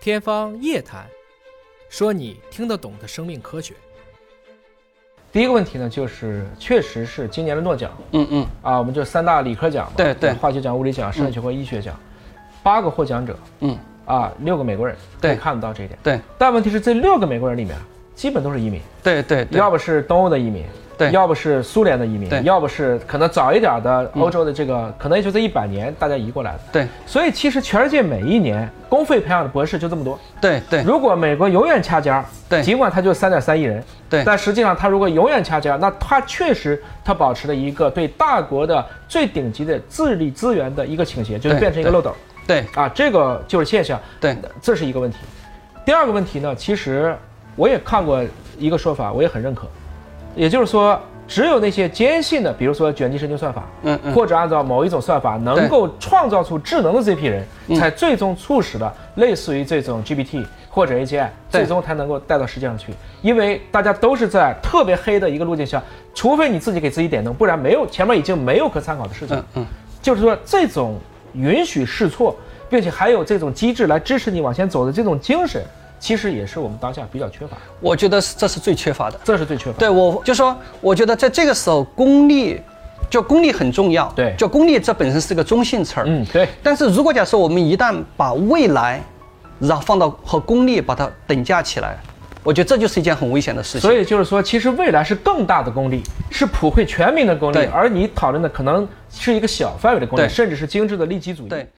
天方夜谭，说你听得懂的生命科学。第一个问题呢，就是确实是今年的诺奖嗯嗯，啊，我们就三大理科奖嘛，对对化学奖、物理奖、生理学和医学奖，八个获奖者，嗯，啊，六个美国人，对可以看得到这一点。对但问题是，这六个美国人里面，基本都是移民，对对对要不是东欧的移民，对要不是苏联的移民对，嗯要不是可能早一点的欧洲的这个，可能也就这一百年大家移过来的。对所以其实全世界每一年公费培养的博士就这么多。对对如果美国永远掐尖儿，对尽管它就三点三亿人，对但实际上它如果永远掐尖儿，那它确实它保持了一个对大国的最顶级的智力资源的一个倾斜，就是对变成一个对漏斗对啊，这个就是现象。对，这是一个问题。第二个问题呢，其实我也看过一个说法，我也很认可，也就是说，只有那些坚信的，比如说卷积神经算法，嗯嗯，或者按照某一种算法能够创造出智能的这批人，嗯才最终促使了类似于这种 GPT 或者 AGI，对最终才能够带到实际上去。因为大家都是在特别黑的一个路径下，除非你自己给自己点灯，不然没有前面已经没有可参考的事情。嗯嗯就是说这种允许试错，并且还有这种机制来支持你往前走的这种精神，其实也是我们当下比较缺乏，的，我觉得是这是最缺乏的。这是最缺乏的。对我就说，我觉得在这个时候，功利就功利很重要。对就功利这本身是个中性词儿。嗯，对，但是如果假设我们一旦把未来，然后放到和功利把它等价起来，我觉得这就是一件很危险的事情。所以就是说，其实未来是更大的功利，是普惠全民的功利对，而你讨论的可能是一个小范围的功利，对甚至是精致的利己主义。对。